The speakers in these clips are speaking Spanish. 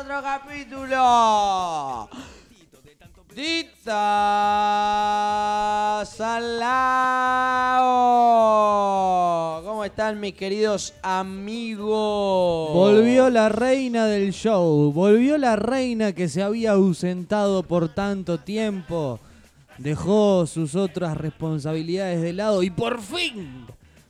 otro capítulo. Dita Salao. ¿Cómo están mis queridos amigos? Volvió la reina del show, volvió la reina que se había ausentado por tanto tiempo, dejó sus otras responsabilidades de lado y por fin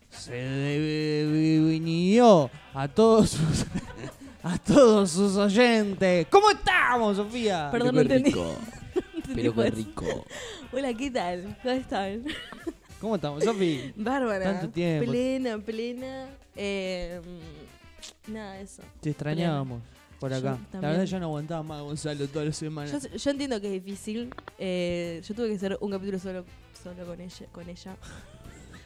se devinió a todos sus, a todos sus oyentes. ¿Cómo estamos, Sofía? Perdón, no Pero qué entendí. rico. entendí Pero qué cuál. rico. Hola, ¿qué tal? ¿Cómo están? ¿Cómo estamos, Sofía? Bárbara. Tanto tiempo. Plena, plena. Eh, mm, nada, eso. Te extrañábamos por Yo acá. La también. verdad yo no aguantaba más, Gonzalo, todas las semanas. Yo, yo entiendo que es difícil. eh, yo tuve que hacer un capítulo solo, solo con ella. Con ella.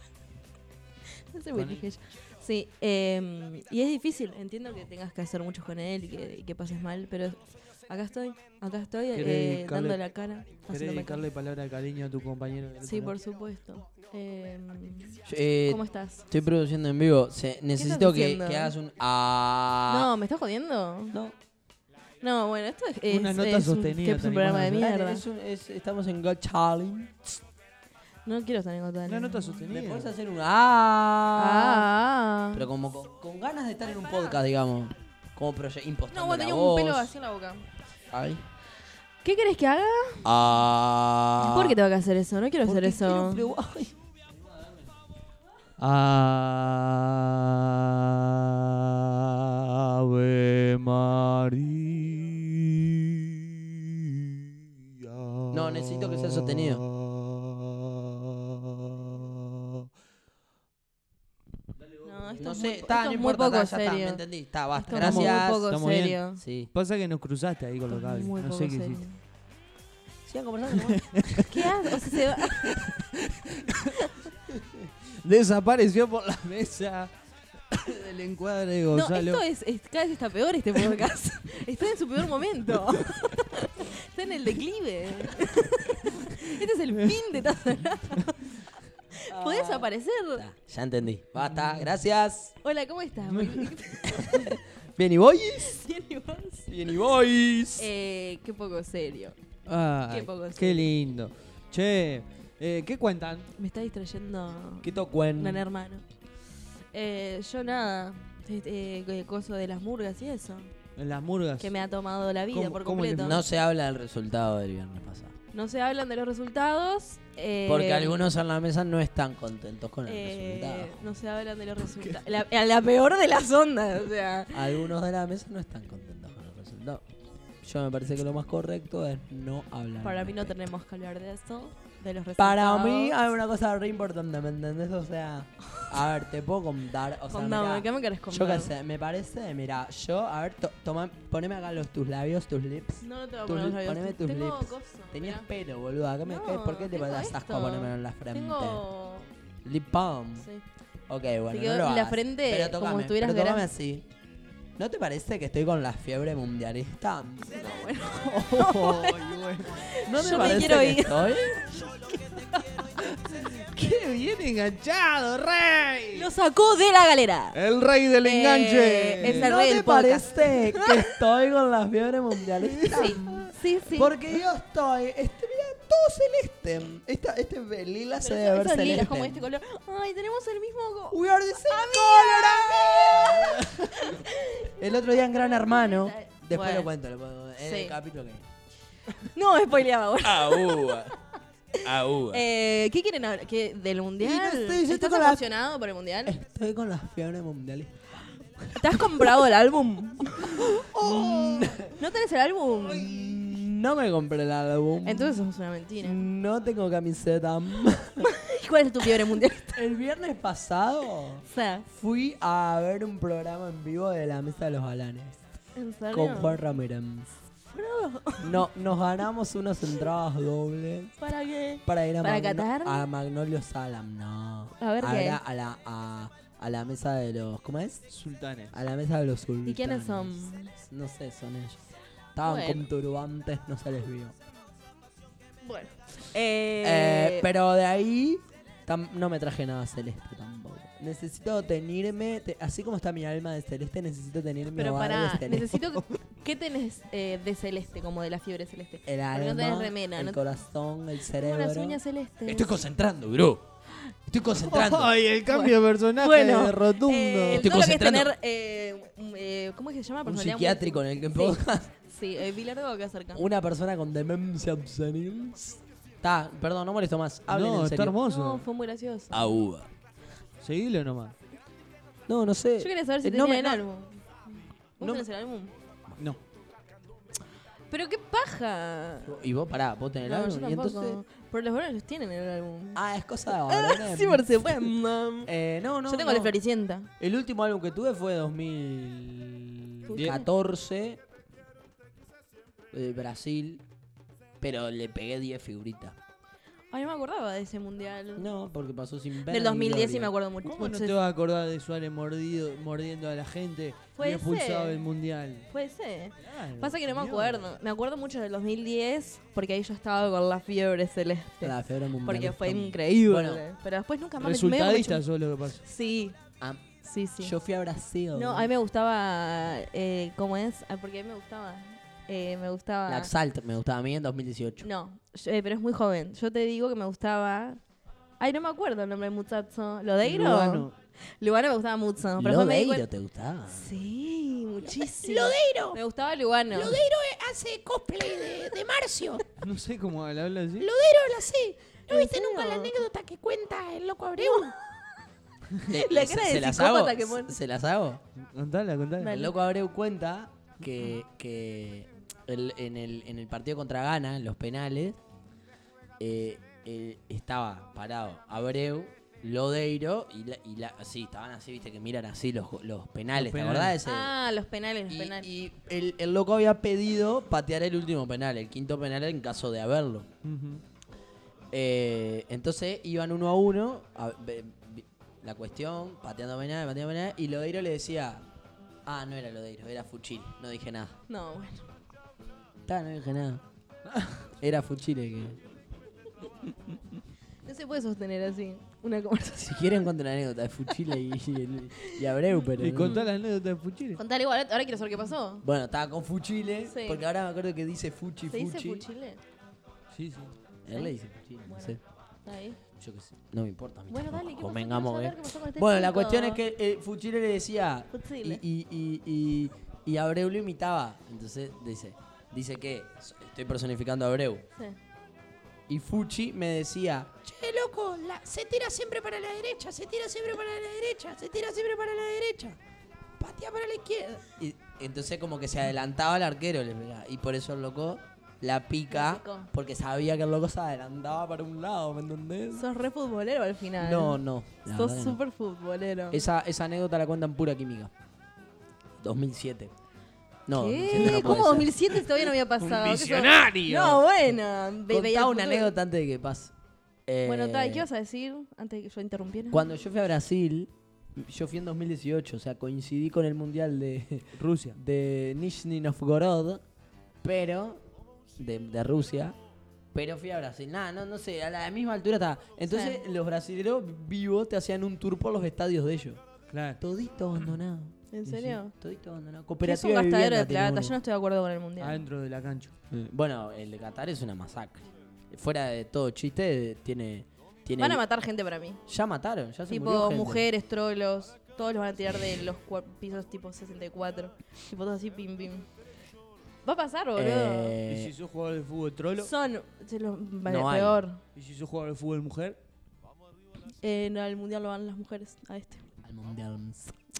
no sé Con por qué él. dije ella. Sí, eh, y es difícil. Entiendo que tengas que hacer mucho con él y que, y que pases mal, pero acá estoy. Acá estoy ¿Querés eh, dedicarle- dando la cara. ¿Querés haciéndome dedicarle palabra de cariño a tu compañero? del cargo. otro Sí, lado? por supuesto. Eh, Eh, ¿Cómo estás? estoy produciendo en vivo. Se- necesito que, haciendo? que hagas un. Ah. No, ¿me estás jodiendo? No. No, bueno, esto es, es- Una nota es un- sostenida, que es un Tony, programa de vamos mierda. Es un- es- estamos en God Challenge. No quiero estar en contra de Una nadie. nota ¿Me sostenida. puedes hacer un. Ah. Ah. Pero como con, con ganas de estar en un podcast, digamos. Como proyecto. Impostando No, vos la tenías un voz. pelo así en la boca. Ay. ¿Qué querés que haga? Ah. ¿Por qué tengo que hacer eso? No quiero Porque hacer eso. quiero pre- Ay. Ave María. No, necesito que sea sostenido. No, esto No es sé, muy- está, esto no es importa, muy poco está, ya está, serio. me entendí. Está, basta, Esto es gracias. Muy poco Estamos bien. serio. Sí. Pasa que nos cruzaste ahí con los Esto es cables. muy No poco sé qué serio. hiciste. Sigan conversando. ¿no? ¿Qué haces? O sea, se va- Desapareció por la mesa del encuadre de No, Gonzalo. esto es, es- cada vez está peor este podcast. está en su peor momento. está en el declive. este es el fin de todo. ¿Podés aparecer? Está, ya entendí. Basta, gracias. Hola, ¿cómo estás? Bien y boys. Bien, ¿y vos? Bien y boys. Eh, qué poco serio. Ay, Qué poco qué serio. lindo. Che, eh, ¿qué cuentan? Me está distrayendo ¿Qué tocuen? gran hermano. Eh, yo nada. Este, eh, coso de las murgas y eso. En las murgas. Que me ha tomado la vida ¿Cómo- por cómo le- completo. No se habla del resultado del viernes pasado. No se hablan de los resultados. eh, Porque algunos en la mesa no están contentos con el eh, resultado. no se hablan de los resultados. La, a la peor de las ondas, o sea. Algunos de la mesa no están contentos con el resultado. Yo me parece que lo más correcto es no hablar. Para al mí no respecto. tenemos que hablar de eso. De los resultados. Para mí hay una cosa re importante, ¿me entendés? O sea, a ver, te puedo contar. O sea, Contame, mirá, ¿qué me querés yo contar? qué sé, me parece, mira, yo, a ver, to- toma, poneme acá los, tus labios, tus lips. No, no te voy a Tus poner los lip- labios. poneme tus Tengo lips. coso, Tenías mirá. pelo, boludo. acá me- No, ¿qué- ¿Por qué te tengo das asco esto. ponérmelo en la frente? Tengo. Lip balm. sí. Ok, bueno, no quedó lo en la hagas. frente Pero como tocame, estuvieras pero tocame verano. así. ¿No te parece que estoy con la fiebre mundialista? ¿No te Yo me parece quiero que ir. estoy? ¡Qué bien enganchado, rey! Lo sacó de la galera. El rey del Eh, enganche. esa- ¿No rey te del podcast. parece que estoy con la fiebre mundialista? Sí, sí, sí. Porque yo estoy, este, mira, todo celeste. Esta, este ve- lila se Pero debe eso- ver esos celeste. lilas como este color. Ay, tenemos el mismo. co- We are the same color, amiga. El otro día en Gran Hermano, después Bueno. lo cuento, lo pongo en el Sí. capítulo que. No, spoileaba ahora. Ah, Aúa. Aúa. Eh, ¿Qué quieren hablar? ¿Qué, ¿Del mundial? Y no sé, yo ¿Estás tengo la- emocionado por el mundial? Estoy con las fiebres mundiales. ¿Te has comprado el álbum? ¿No tenés el álbum? No me compré el álbum. Entonces es una mentira. No tengo camiseta. ¿Y ¿Cuál es tu fiebre mundial? El viernes pasado O sea, fui a ver un programa en vivo de la Mesa de los Galanes. ¿en serio? Con Juan Ramírez. No, nos ganamos unas entradas dobles. ¿Para qué? Para ir a, ¿Para Magno- Qatar? a Magnolio Salam, no. A ver qué. la- a la, a, a la mesa de los. ¿Cómo es? Sultanes. A la mesa de los sultanes. ¿Y quiénes son? No sé, son ellos. Estaban Bueno. con turbantes, no se les vio. Bueno. Eh, Eh, pero de ahí Tam- no me traje nada celeste tampoco. Necesito tenerme, te- así como está mi alma de celeste, necesito tener mi Pero hogar pará, de celeste. necesito. que- ¿Qué tenés eh, de celeste, como de la fiebre celeste? El Porque alma, no tenés remena, el no- corazón, el Tengo cerebro. unas uñas celestes. Estoy concentrando, bro. Estoy concentrando. Ay, el cambio de personaje Bueno, es rotundo. Eh, Estoy todo lo que es concentrando. tener. eh, un- eh, ¿Cómo es que se llama? un Personalidad psiquiátrico en el que pongas muy- Sí, eh, Bilardo acá cerca. una persona con demencia senil. Está, perdón, no molesto más. Hablen no, en está serio. hermoso. No, fue muy gracioso. A uva. Seguilo nomás. No, no sé. Yo quería saber si Eh, tenía no me- el no- álbum. ¿Vos no tenés el álbum? No. Pero qué paja. Y vos pará, vos tenés el No, yo álbum. Y tampoco. entonces. Pero los varones tienen el álbum. Ah, es cosa de varones. sí, por supuesto. Eh, no, no. Yo tengo no. el de Floricienta. El último álbum que tuve fue 2014. eh, Brasil. Pero le pegué 10 figuritas. Ay, no me acordaba de ese mundial. No, porque pasó sin pena. Del 2010 sí me acuerdo. acuerdo mucho. ¿Cómo no Entonces, te vas a acordar de Suárez mordido, mordiendo a la gente y Puede expulsado ser. del mundial? Puede ser. Claro, Pasa que no me señor. acuerdo. Me acuerdo mucho del 2010 porque ahí yo estaba con la fiebre celeste. La fiebre mundial. porque fue está- increíble. Bueno. Pero después nunca más me- me me Resultadista eso es lo que pasa. Sí, Ah, sí, sí. Yo fui a Brasil. No, a mí me gustaba. Eh, ¿Cómo es? Ah, Porque a mí me gustaba. Eh, me gustaba. La Exalt me gustaba a mí en 2018. No, yo- eh, pero es muy joven. Yo te digo que me gustaba. Ay, no me acuerdo el nombre del muchacho. ¿Lodeiro? Lugano. Lugano me gustaba mucho. Pero Lo después me di Deiro cuenta- te gustaba. Sí, muchísimo. ¡Lodeiro! Me gustaba Lugano. hace cosplay de, de Marcio. No sé cómo habla, habla así. Lodero la sé. ¿No ¿En viste nunca la serio? anécdota que cuenta el loco Abreu? Le- La se- cara de ¿Se las psicópata hago? que pone. ¿Se- ¿Se las hago? Contala, contala. El loco Abreu cuenta que, que el- en, el, en el partido contra Ghana, en los penales, eh, eh, estaba parado Abreu, Lodeiro y, la, y la- sí, estaban así, viste, que miran así los, los penales, ¿te Los penales. acordás de ese? Ah, los penales, los Y- penales. y el, el loco había pedido patear el último penal, el quinto penal en caso de haberlo. Ujú. Eh, entonces iban uno a uno, a- ve- vi- la cuestión, pateando penal, pateando penal, y Lodeiro le decía, ah, no era Lodeiro, era Fuchil, no dije nada. No, bueno. Ta, no dije nada. Era Fuchil el que... No se puede sostener así una conversación. Si quieren cuento la anécdota de Fuchil y, y- y Abreu, pero... Y no. contá la anécdota de Puchile. Contale igual, ahora quiero saber qué pasó. Bueno, estaba con Fuchile, Sí. porque ahora me acuerdo que dice Fuchi, ¿Se dice Fuchi. fuchile? Sí, sí. Él le dice Fuchile, no Bueno. sé. Está ahí. Yo qué sé, no me importa. a mí Bueno, tampoco, dale, ¿qué pasó? convengamos Quiero que- saber qué pasó con este eh. Bueno, la chico. cuestión es que eh, Fuchile le decía. Fuchile. Y, y, y, y, y Abreu lo imitaba. Entonces dice: Dice que so- estoy personificando a Abreu. Sí. Y Fuchi me decía: Che, loco, la- se tira siempre para la derecha, se tira siempre para la derecha, se tira siempre para la derecha. Patea para la izquierda. y- entonces, como que se adelantaba al arquero. le pegaba. y por eso el loco la La pica. picó. Porque sabía que el loco se adelantaba para un lado, ¿me entendés? Sos re futbolero al final. No, no. la verdad Sos que no. súper futbolero. Esa, esa anécdota la cuentan pura química. 2007. No, 2007 ¿Qué? no puede ¿Cómo ser. 2007 todavía no había pasado? ¿Qué sos- visionario. No, bueno. ve- veía Contá el una futuro. anécdota antes de que pase. Eh, Bueno, ta, ¿qué ibas a decir antes de que yo interrumpiera? Cuando yo fui a Brasil, yo fui en 2018, o sea, coincidí con el mundial de, Rusia. de Nizhny Novgorod, pero. de, de Rusia. Pero fui a Brasil. Nada, no, no sé, a la misma altura estaba. Entonces, los brasileros vivos te hacían un tour por los estadios de ellos. Claro. Todito abandonado. ¿En serio? Todito abandonado. Es un Cooperativa de gastadero de vivienda tiene plata. uno. Yo no estoy de acuerdo con el mundial. Adentro de la cancha. Mm, Bueno, el de Qatar es una masacre. Fuera de todo chiste, tiene. tiene Van a matar gente para mí. Ya mataron, ya se murió Tipo gente. mujeres, trolos. Todos los van a tirar de los cua- pisos tipo 64. Tipo todo así, pim, pim. Va a pasar, boludo. Eh, ¿Y si sos jugador de fútbol trolo? Son. Se los, vale, No hay. peor. ¿Y si sos jugador de fútbol mujer? Eh, no, al mundial lo van las mujeres. A este. al Mundial.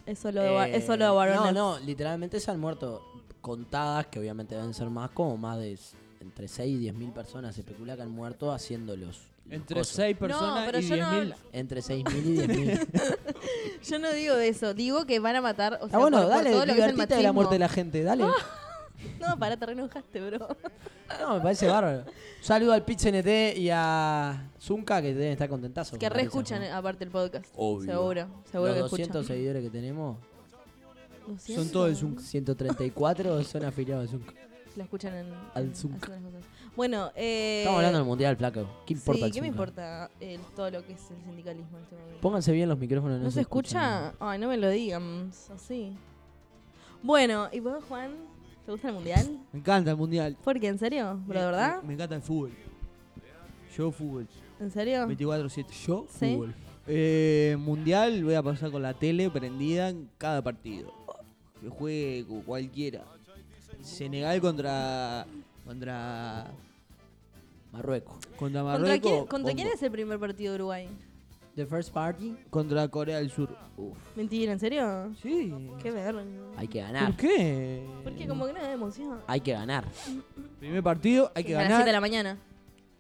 Eso lo, va- Eh, eso lo varones. No, no, literalmente se han muerto contadas, que obviamente deben ser más, como más de s- entre 6 y 10 mil personas. Se especula que han muerto haciendo los. los Entre cosos. 6 No, personas pero y yo no 10.000. Entre 6 mil y 10 mil. Yo no digo de eso, digo que van a matar. O sea, ah, bueno, por- por dale, todo lo que es el divertite de la machismo. muerte de la gente, dale. No, pará, te re enojaste, bro. No, me parece bárbaro. Saludo al Pit CNT y a Zunka, que deben estar contentazos. Que me parece, reescuchan eh, aparte el podcast. Obvio. Seguro, seguro Los que 200 escuchan. seguidores que tenemos, 200. Son todos de Zunca. 134 son afiliados de Zunca. Lo escuchan en. en- Al Zunca. hace unas cosas. Bueno, eh. Estamos hablando del mundial, flaco. ¿Qué importa? Sí, el ¿qué me Zunca? importa el- todo lo que es el sindicalismo en este momento? Pónganse bien los micrófonos. ¿No, se escucha? Ay, no me lo digan. Así. Bueno, ¿y vos, Juan? ¿Te gusta el mundial? Me encanta el mundial. ¿Por qué? ¿En serio? ¿Pero de Eh, Me- verdad? Me, me encanta el fútbol. Yo fútbol. ¿En serio? 24-7. Yo Sí. fútbol. Eh, mundial voy a pasar con la tele prendida en cada partido. Que juegue cu- cualquiera. Senegal contra. contra. Marruecos. contra ¿Contra, Marruecos. quién, contra bomba. quién es el primer partido de Uruguay? The first party. Contra Corea del Sur. Uf. Mentira, ¿en serio? Sí. Qué verga. Hay que ganar. ¿Por qué? Porque como que no da emoción. Ah, Hay que ganar. Primer partido, hay que A las 7 de ganar. la mañana.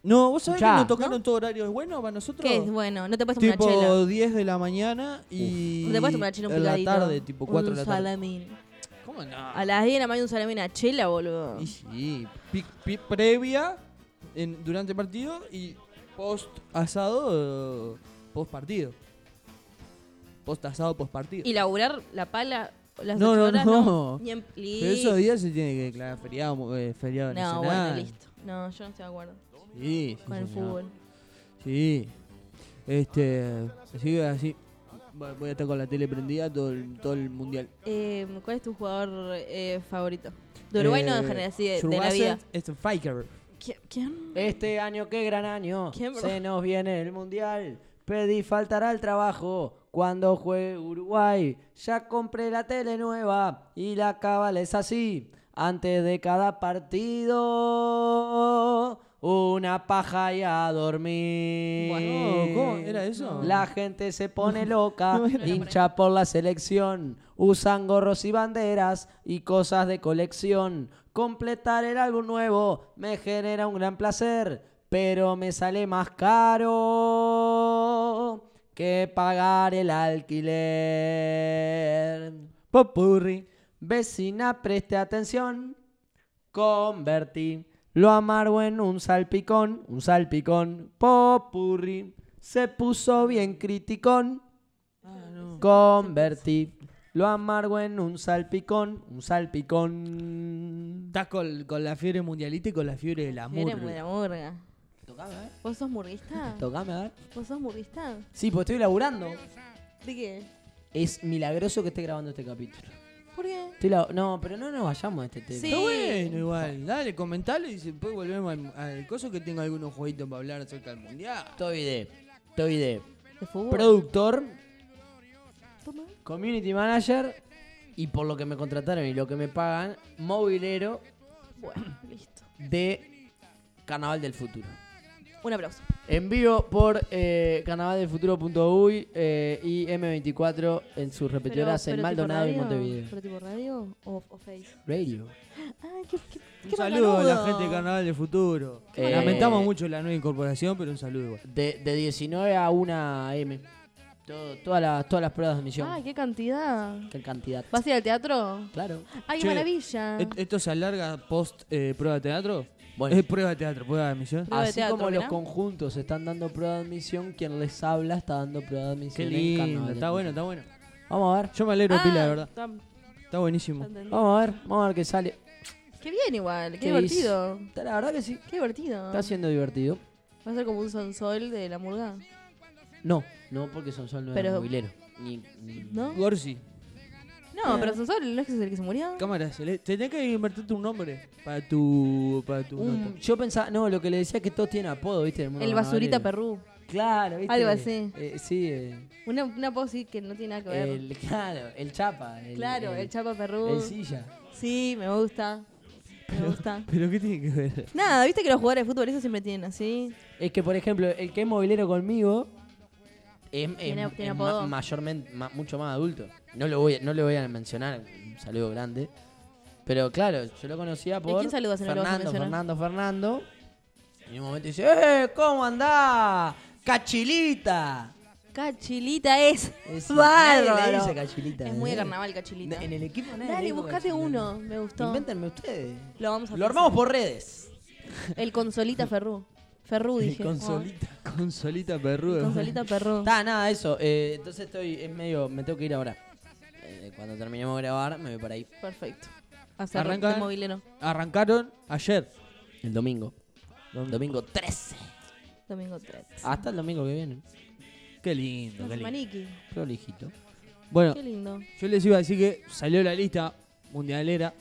No, vos sabés Escuchá. que no tocaron todo horario. ¿Es bueno para nosotros? ¿Qué es bueno? No te puedes tomar una chela. Tipo 10 de la mañana y. No te puedes tomar una chela un en la picadito. tarde, tipo 4 un de la tarde. salamín. ¿Cómo no? A las 10 de la mañana un salamín a chela, boludo. Y sí, pi- pi- previa en- durante el partido y post asado, eh, post partido. Post asado, post partido. Y laburar la pala las No, ocho no, horas, no. Ni en Pero esos días se tiene que declarar feriado, mo- eh, feriado No, nacional. bueno, listo. No, yo no estoy de acuerdo Sí, sí, con el señor. fútbol. Sí. Este, así que así. va- Voy a estar con la tele prendida todo el, todo el mundial. Eh, ¿Cuál es tu jugador eh, favorito? De Uruguay no, en Eh, general, así de, de la Subasa vida. Es un fighter. ¿Qui- ¿Quién? Este año, qué gran año. ¿Quién, bro? Se nos viene el mundial. Pedí faltará el trabajo cuando juegue Uruguay. Ya compré la tele nueva y la cábala es así. Antes de cada partido, una paja y a dormir. Bueno, ¿cómo era eso? La gente se pone loca, No era. hincha por la selección, usan gorros y banderas y cosas de colección. Completar el álbum nuevo me genera un gran placer, pero me sale más caro que pagar el alquiler. Popurri. Vecina, preste atención. Convertí lo amargo en un salpicón, un salpicón popurri. Se puso bien criticón. Convertí lo amargo en un salpicón, un salpicón. Estás con, con la fiebre mundialista y con la fiebre del amor. Era muy de la murga. ¿Vos sos murguista? Tocame, a ver. ¿Vos sos murguista? Sí, pues estoy laburando. ¿De qué? Es milagroso que esté grabando este capítulo. ¿Por qué? Estoy labu- no, pero no nos vayamos a este tema. Sí. Está bueno, igual. Dale, comentalo y después volvemos al, al coso que tengo algunos jueguitos para hablar acerca del mundial. Estoy de, estoy de ¿De fútbol? productor, Toma. community manager y por lo que me contrataron y lo que me pagan, movilero Bueno, listo. de Carnaval del Futuro. Un aplauso. En vivo por eh, carnavaldelfuturo.uy eh, y M24 en sus repetidoras en tipo Maldonado y radio- Montevideo. ¿Pero tipo radio o, o face? Radio. Ay, qué, qué, Un qué saludo a la macanudo. gente de Carnaval del Futuro. Eh, Lamentamos mucho la nueva incorporación, pero un saludo igual. De, de 19 a 1 AM. Todo- todas, las, todas las pruebas de admisión. Ay, qué cantidad. Qué cantidad. ¿Vas a ir al teatro? Claro. ¡Ay, qué Che, maravilla! ¿Et- ¿Esto se alarga post eh, prueba de teatro? Bueno. Es prueba de teatro, prueba de admisión. Prueba de Eh, Así teatro, como los mirá. conjuntos están dando prueba de admisión, quien les habla está dando prueba de admisión. Qué en lindo, Carnaval está del bueno, está bueno. Futuro. Vamos a ver. Yo me alegro Ah, pila, de verdad. tam- Está Mm. buenísimo. entendí. Vamos a ver, vamos a ver qué sale. Qué bien igual, qué, ¿Qué divertido. Está- La verdad que sí. Qué divertido. Está siendo divertido. Va a ser como un sonsol de la murga. No, no porque son solo Pero- Pero... mobilero. Ni, ni- ¿No? Gorsi, No, pero sonsol no es que es el que se murió. cámara celeste. Tenés que invertirte un nombre para tu. para tu. Un- nota. yo pensaba, no, lo que le decía es que todos tienen apodo, ¿viste? en el mundo El basurita carnavalero. perrú. Claro, ¿viste? Algo así. Eh, sí, eh, Una, una pose que no tiene nada que ver. el, claro, el chapa. El, claro, el, chapa perrú. El silla. Sí, me gusta. Me gusta. Pero ¿qué tiene que ver? Nada, viste que los jugadores de fútbol eso siempre tienen así. Es que, por ejemplo, el que es mobilero conmigo es, es- Tiene- es tiene ma- apodo. mayormente, ma- mucho más adulto. No lo voy, a- no le voy a mencionar, un saludo grande. Pero claro, yo lo conocía por quién saludas si no lo vas a Fernando, mencionar? Fernando, Fernando. Y en un momento dice, ¡eh! ¿Cómo andás? ¡Cachilita! Cachilita es. Es, nadie le bárbaro. dice cachilita. Es muy de ¿eh? carnaval, cachilita. Na- En el equipo nadie le Dale, dijo buscate cachilita. uno. Me gustó. Invéntenme ustedes. Lo vamos a Lo pensar. armamos por redes. El consolita Ferrú. Ferrú, dije. Consolita Oh, el perrudo. consolita Ferrú. Está, nada, eso. Eh, entonces estoy, es medio, me tengo que ir ahora. Eh, cuando terminemos de grabar, me voy para ahí. Perfecto. hacer Arranca. de movilero. Arrancaron ayer. El domingo. Dom- Domingo 13. Domingo 3. Hasta el domingo que viene. Qué lindo, qué lindo. Maniqui. Prolijito. Bueno, Qué lindo. yo les iba a decir que salió la lista mundialera,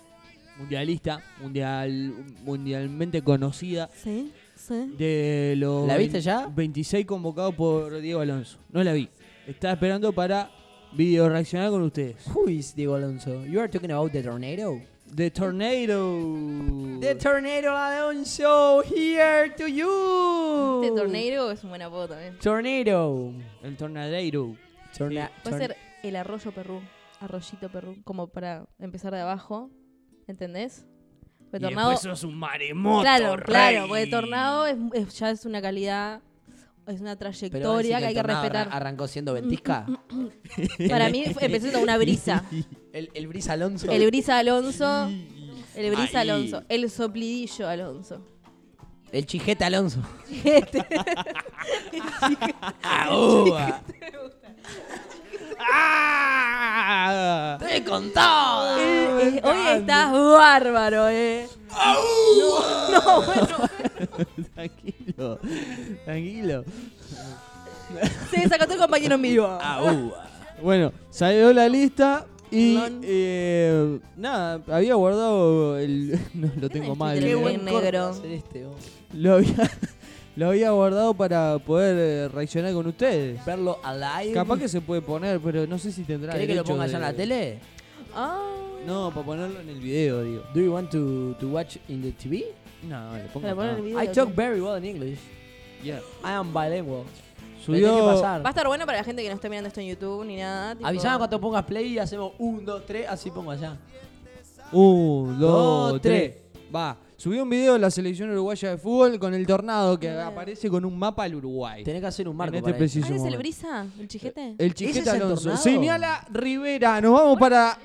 mundialista, mundial, mundialmente conocida Sí, sí. de los ¿La viste ya? 26 convocados por Diego Alonso. No la vi. Estaba esperando para video reaccionar con ustedes. Who is Diego Alonso? You are talking about the tornado? The Tornado. tornado Alonso here to you. Este tornero es un buen apodo también. Tornado. el Tornadero. Torna- Puede torn- ser el arroyo Perú. Arroyito Perú. Como para empezar de abajo. ¿Entendés? Porque tornado. Eso es un maremoto. claro, claro. rey. Porque tornado es, es- ya es una calidad. Es una Pero vos decís trayectoria que hay el que tornado arran- respetar. Mm, Arrancó siendo ventisca. Para mí fue- empezó con una brisa. El, el brisa Alonso. El brisa Alonso. El brisa Ahí. Alonso. El soplidillo Alonso. El chijete Alonso. Este. ¡Ah! ¡Te contó! Eh, eh, hoy estás bárbaro, eh. No, no, bueno. Tranquilo, tranquilo. Se desacató el compañero en vivo. Oh. Bueno, salió la lista y Perdón. eh, nada, había guardado el... No, lo tengo es mal. Twitter, eh. buen Qué buen negro. corte este, Lo había, lo había guardado para poder eh, reaccionar con ustedes. Verlo alive. Capaz que se puede poner, pero no sé si tendrá ¿Querés que lo derecho ponga ya en de- la tele? Ah. No, para ponerlo en el video, digo. Do you want to, to watch in the TV? No, le pongo Para poner el acá. video, I talk ¿qué? very well in English. Yeah. I am bilingual. Subió... Tenés que Va a pasar. estar bueno para la gente que no esté mirando esto en YouTube ni nada. tipo- Avisame cuando pongas play y hacemos 1, 2, 3, así pongo allá. Un, dos, Dos, tres. Va. Subió un video de la selección uruguaya de fútbol con el tornado que aparece con un mapa al Uruguay. Ah. Tenés que hacer un marco en este para eso. ¿Ah, preciso ¿Es el momento. Eh, brisa? ¿El chijete? El chiquete ¿Ese es el Alonso. tornado? Señala Rivera. Nos vamos para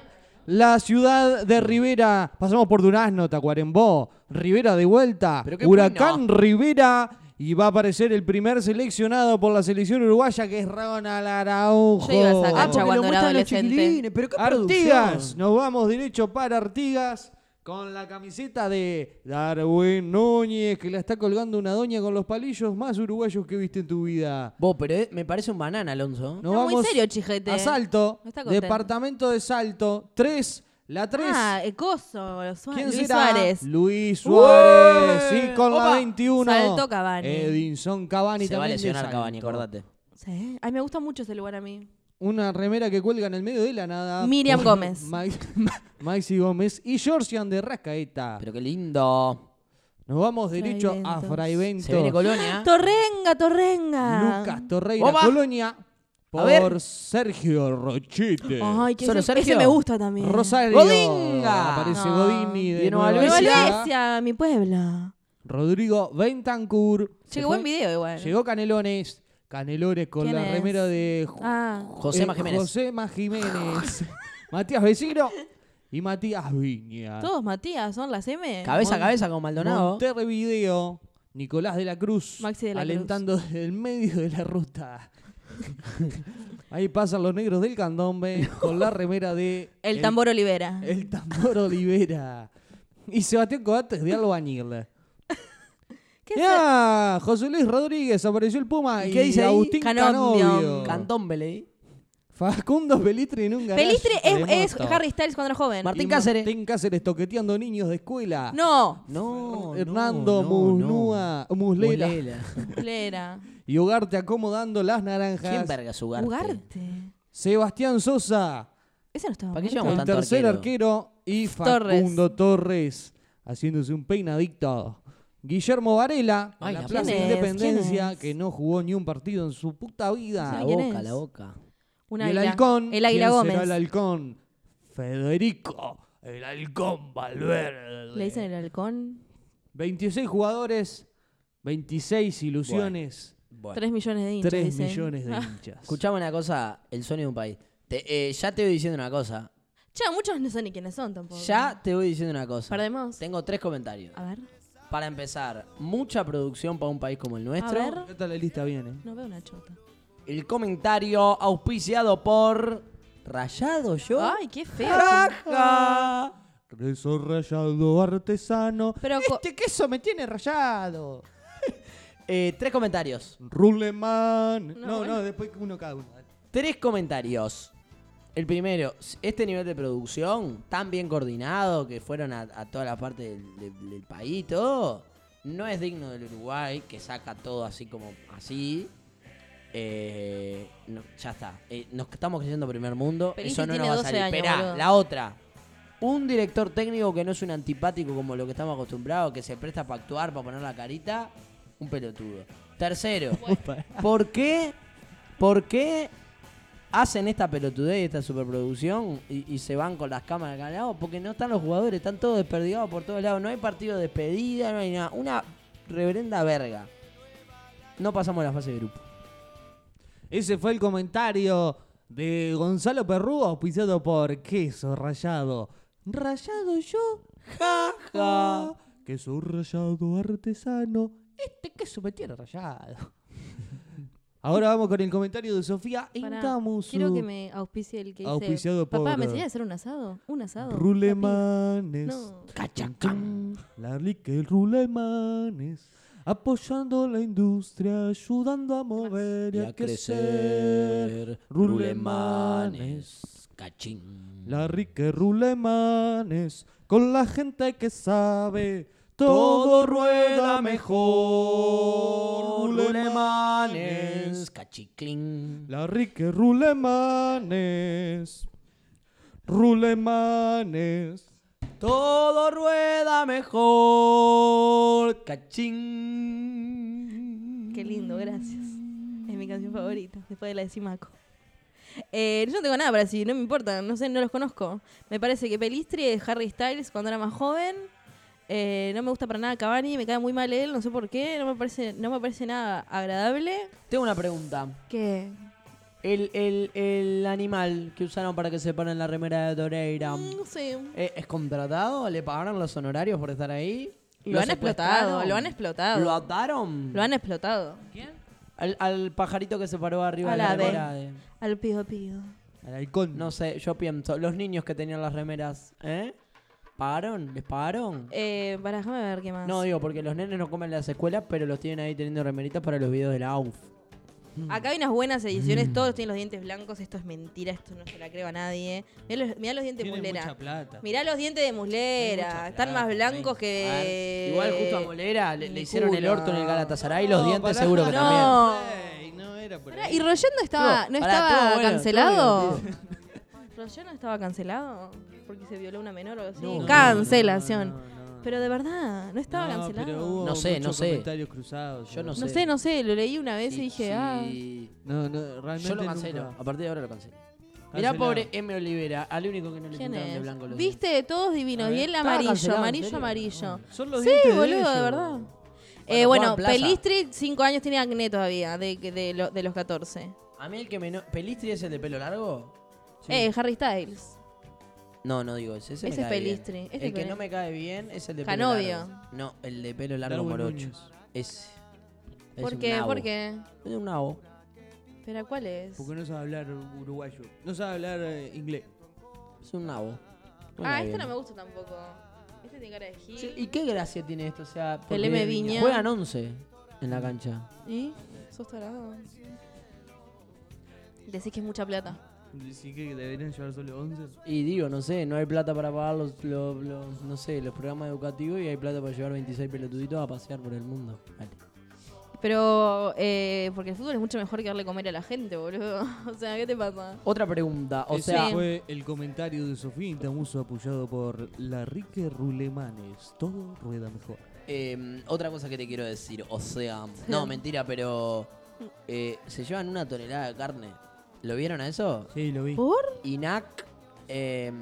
la ciudad de Rivera. Pasamos por Durazno, Tacuarembó. Rivera de vuelta. Pero qué Huracán Rivera. Y va a aparecer el primer seleccionado por la selección uruguaya que es Ronald Araujo. Yo iba a sacar Ah, porque Cuando lo era muestran los adolescente. chiquilines. Pero qué Artigas, producción. nos vamos derecho para Artigas con la camiseta de Darwin Núñez que la está colgando una doña con los palillos más uruguayos que viste en tu vida. Vos, pero eh, me parece un banana, Alonso. Nos Está muy vamos serio, Chijete. A Salto, No está contento. departamento de Salto, 3, la 3. Ah, el coso. Su- ¿Quién Luis será? Suárez. Luis Suárez. Y con la Opa. 21. Salto Cavani. Edinson Cavani Se va a también. de lesionar Salto. Cavani, acordate. Sí. Ay, me gusta mucho ese lugar a mí. Una remera que cuelga en el medio de la nada. Miriam por Gómez. Ma- Maxi Gómez y Georgian de Rascaeta. Pero qué lindo. Nos vamos derecho a Fraiventos. Fraiventos. Se viene Colonia. Torrenga, Torrenga. Lucas Torreira, Opa. Colonia. Por ver. Sergio Rochete. Ay, que ¿Solo ese, Sergio? ese me gusta también. Rosario. Godinga. Aparece No. Godini de Y Nueva Nueva Nueva Luisa. Luisa. Luisa, mi pueblo. Rodrigo Bentancur. Che, qué buen video igual. Llegó Canelones. Canelones con ¿Quién la es? remera de Ju- Ah. Josema eh, Jiménez. Josema Jiménez. Matías Vecino y Matías Viña. Todos Matías, son las M. Cabeza a cabeza con Maldonado. Montevideo, Nicolás de la Cruz, Maxi de la alentando desde el medio de la ruta. Ahí pasan los negros del candombe con la remera de el tambor Olivera. el tambor Olivera. Y Sebastián Coates de Albañil. ¿Qué Ah, Ya, hace? José Luis Rodríguez apareció el Puma y, ¿Y qué dice ahí? Agustín Canombio. Canovio. Cantón Beley. Facundo Pelistri en un garaje. Pelistri de es, es moto. Harry Styles cuando era joven. Martín Y Cáceres. Martín Cáceres toqueteando niños de escuela. No, No. Hernando Musnúa, Muslera. Lera. Y Ugarte acomodando las naranjas. ¿Quién verga su Ugarte? Ugarte. Sebastián Sosa, Ese no estaba. ¿Para qué muerto. llamamos el tanto tercer arquero. arquero? Y Torres. Facundo Torres. haciéndose un peinadicto. Guillermo Varela, en Ay, la la puta. Plaza ¿Quién es? ¿Quién Independencia, es? que no jugó ni un partido en su puta vida. La ¿Quién boca, es? la boca. Un y el águila. halcón. El águila ¿quién Gómez. será el halcón? Federico, el halcón Valverde. Le dicen el halcón. 26 jugadores, 26 ilusiones, Bueno. Tres millones de hinchas. 3 dicen. millones de hinchas. Escuchame una cosa, el sueño de un país. Te- eh, ya te voy diciendo una cosa. Che, muchos no saben ni quiénes son tampoco. Ya te voy diciendo una cosa. Perdemos. Tengo tres comentarios. A ver. Para empezar, mucha producción para un país como el A nuestro. ver. Esta la lista ¿eh? viene. No veo una chota. El comentario auspiciado por Rayado yo. Ay, qué feo. Raja. Queso rallado artesano. Pero co- este queso me tiene rayado. Eh, tres comentarios. Ruleman. No, No, no, bueno. después uno cada uno. Tres comentarios. El primero, este nivel de producción, tan bien coordinado, que fueron a, a toda la parte del, del- del país, y todo, no es digno del Uruguay, que saca todo así como así. Eh, no, ya está. Eh, nos estamos creyendo primer mundo. Pelisi Eso no este tiene nos va a 12 salir. años, Esperá, boludo. la otra. Un director técnico que no es un antipático como lo que estamos acostumbrados, que se presta para actuar, para poner la carita, un pelotudo. Tercero, ¿por qué? ¿Por qué hacen esta pelotudez y esta superproducción y, y se van con las cámaras acá al lado? Porque no están los jugadores, están todos desperdigados por todos lados. No hay partido de despedida, no hay nada. Una reverenda verga. No pasamos la fase de grupo. Ese fue el comentario de Gonzalo Perrú, auspiciado por Queso Rayado. ¿Rayado yo? Ja, Oh. ja. Queso rayado artesano. Este queso me tiene rayado. Ahora vamos con el comentario de Sofía Pará, Incamusu. Quiero que me auspicie el que dice. Auspiciado por- Papá, ¿me enseñás a hacer un asado? Un asado. Rulemanes. No. Cachacán. La rica el Rulemanes. Apoyando la industria, ayudando a mover y a crecer. Rulemanes. Cachín. La rica Rulemanes. Con la gente que sabe, todo rueda mejor. Rulemanes. Cachiclín. La rique rulemanes. Rulemanes. Todo rueda mejor. Cachín. Qué lindo, gracias. Es mi canción favorita, después de la de Simaco. Eh, yo no tengo nada para decir, no me importa, no sé, no los conozco. Me parece que Pelistri es Harry Styles cuando era más joven. Eh, no me gusta para nada Cavani, me cae muy mal él, no sé por qué, no me parece, no me parece nada agradable. Tengo una pregunta. ¿Qué? El, el, el animal que usaron para que se ponen la remera de Toreira. Mm, No sé. Eh, ¿Es contratado? ¿Le pagaron los honorarios por estar ahí? Lo han explotado, secuestraron? lo han explotado. ¿Lo ataron? Lo han explotado. al, al pajarito que se paró arriba A de la la D. remera. de- Al pido pido. Al halcón. No sé, yo pienso. Los niños que tenían las remeras, ¿eh? ¿Pagaron? ¿Les pagaron? Eh, para, déjame ver qué más. No, digo, porque los nenes no comen en las escuelas, pero los tienen ahí teniendo remeritas para los videos de la AUF. Acá hay unas buenas Mm. ediciones, todos tienen los dientes blancos, esto es mentira, esto no se la creo a nadie. Mirá los, mirá los dientes de muslera. plata. Mirá los dientes de muslera, mucha están más plata, blancos A que... ver, Igual justo a Molera le, le hicieron el Culo. orto en el Galatasaray, los No, dientes pará, seguro que no. también. Ey, no era por Pará, ¿Y Royendo estaba, no Pará, estaba todo bueno, todo cancelado? ¿Royendo estaba cancelado? Porque se violó una menor o algo así. No, no, Cancelación. no, no, no. Pero de verdad, no estaba No, cancelado. pero hubo No sé, no muchos sé. comentarios cruzados. Yo no No sé, no sé, lo leí una vez Sí, y dije, sí. ah... No, no, realmente Yo lo cancelo. nunca. A partir de ahora lo cancelo. Mirá, Cancelado. pobre M. Olivera, al único que no le ¿Quién pintaron de blanco es? los Viste, todos divinos. Y el Estaba amarillo, cancelado, ¿en amarillo, serio? amarillo. Son los Sí, dientes de boludo, de, ellos. verdad. Eh, Juan bueno, Plaza. Pelistri, 5 años tiene acné todavía, de, que- de, lo- de los 14. dientes. A mí el que me... no- ¿Pelistri es el de pelo largo? Eh, Harry Styles. No, no digo ese. Ese, me Ese es cae bien. Pelistri, este El que con- no me cae bien es el de Canovio. pelo largo. No, el de pelo largo Darwin morocho. Núñez. Ese. Es ¿Por un qué? nabo. ¿Por qué? Es un nabo. ¿Pero cuál es? Porque no sabe hablar uruguayo. No sabe hablar eh, inglés. Es un nabo. Me ah, cae este bien. no me gusta tampoco. Este tiene cara de Gil. Sí, ¿Y qué gracia tiene esto? O sea, porque El M. Viña. Juegan 11 en la cancha. ¿Y? ¿Sos tarado? Decís que es mucha plata. Decir que deberían llevar solo 11. Y digo, no sé, no hay plata para pagar los, los, los, no sé, los programas educativos y hay plata para llevar 26 pelotuditos a pasear por el mundo. Vale. Pero, eh, porque el fútbol es mucho mejor que darle comer a la gente, boludo. O sea, ¿qué te pasa? Otra pregunta, o Ese sea, Sí. fue el comentario de Sofía Intamuso apoyado por la Rique Rulemanes. Todo rueda mejor. eh, otra cosa que te quiero decir, o sea, no, mentira, pero Mm. eh, se llevan una tonelada de carne. ¿Lo vieron a eso? Sí, lo vi. ¿Por? INAC eh,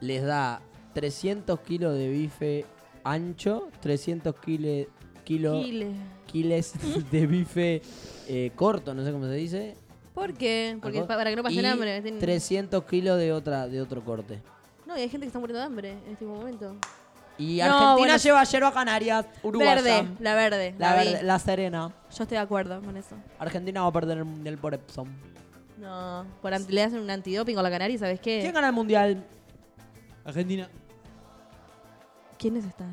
les da 300 kilos de bife ancho, 300 kilos Gil. kiles de bife eh, corto, no sé cómo se dice. ¿Por qué? Porque Algo- pa- para que no pasen y hambre. tienen- 300 kilos de, otra, de otro corte. No, y hay gente que está muriendo de hambre en este momento. Y No, Argentina bueno, lleva ayer a Canarias, Uruguay. Verde, la verde. La, La, vi. verde- la Serena. Yo estoy de acuerdo con eso. Argentina va a perder el mundial por Epsom. No, por anti- le hacen un antidoping con la canaria, ¿sabes qué? ¿Quién gana el mundial? Argentina. ¿Quiénes están?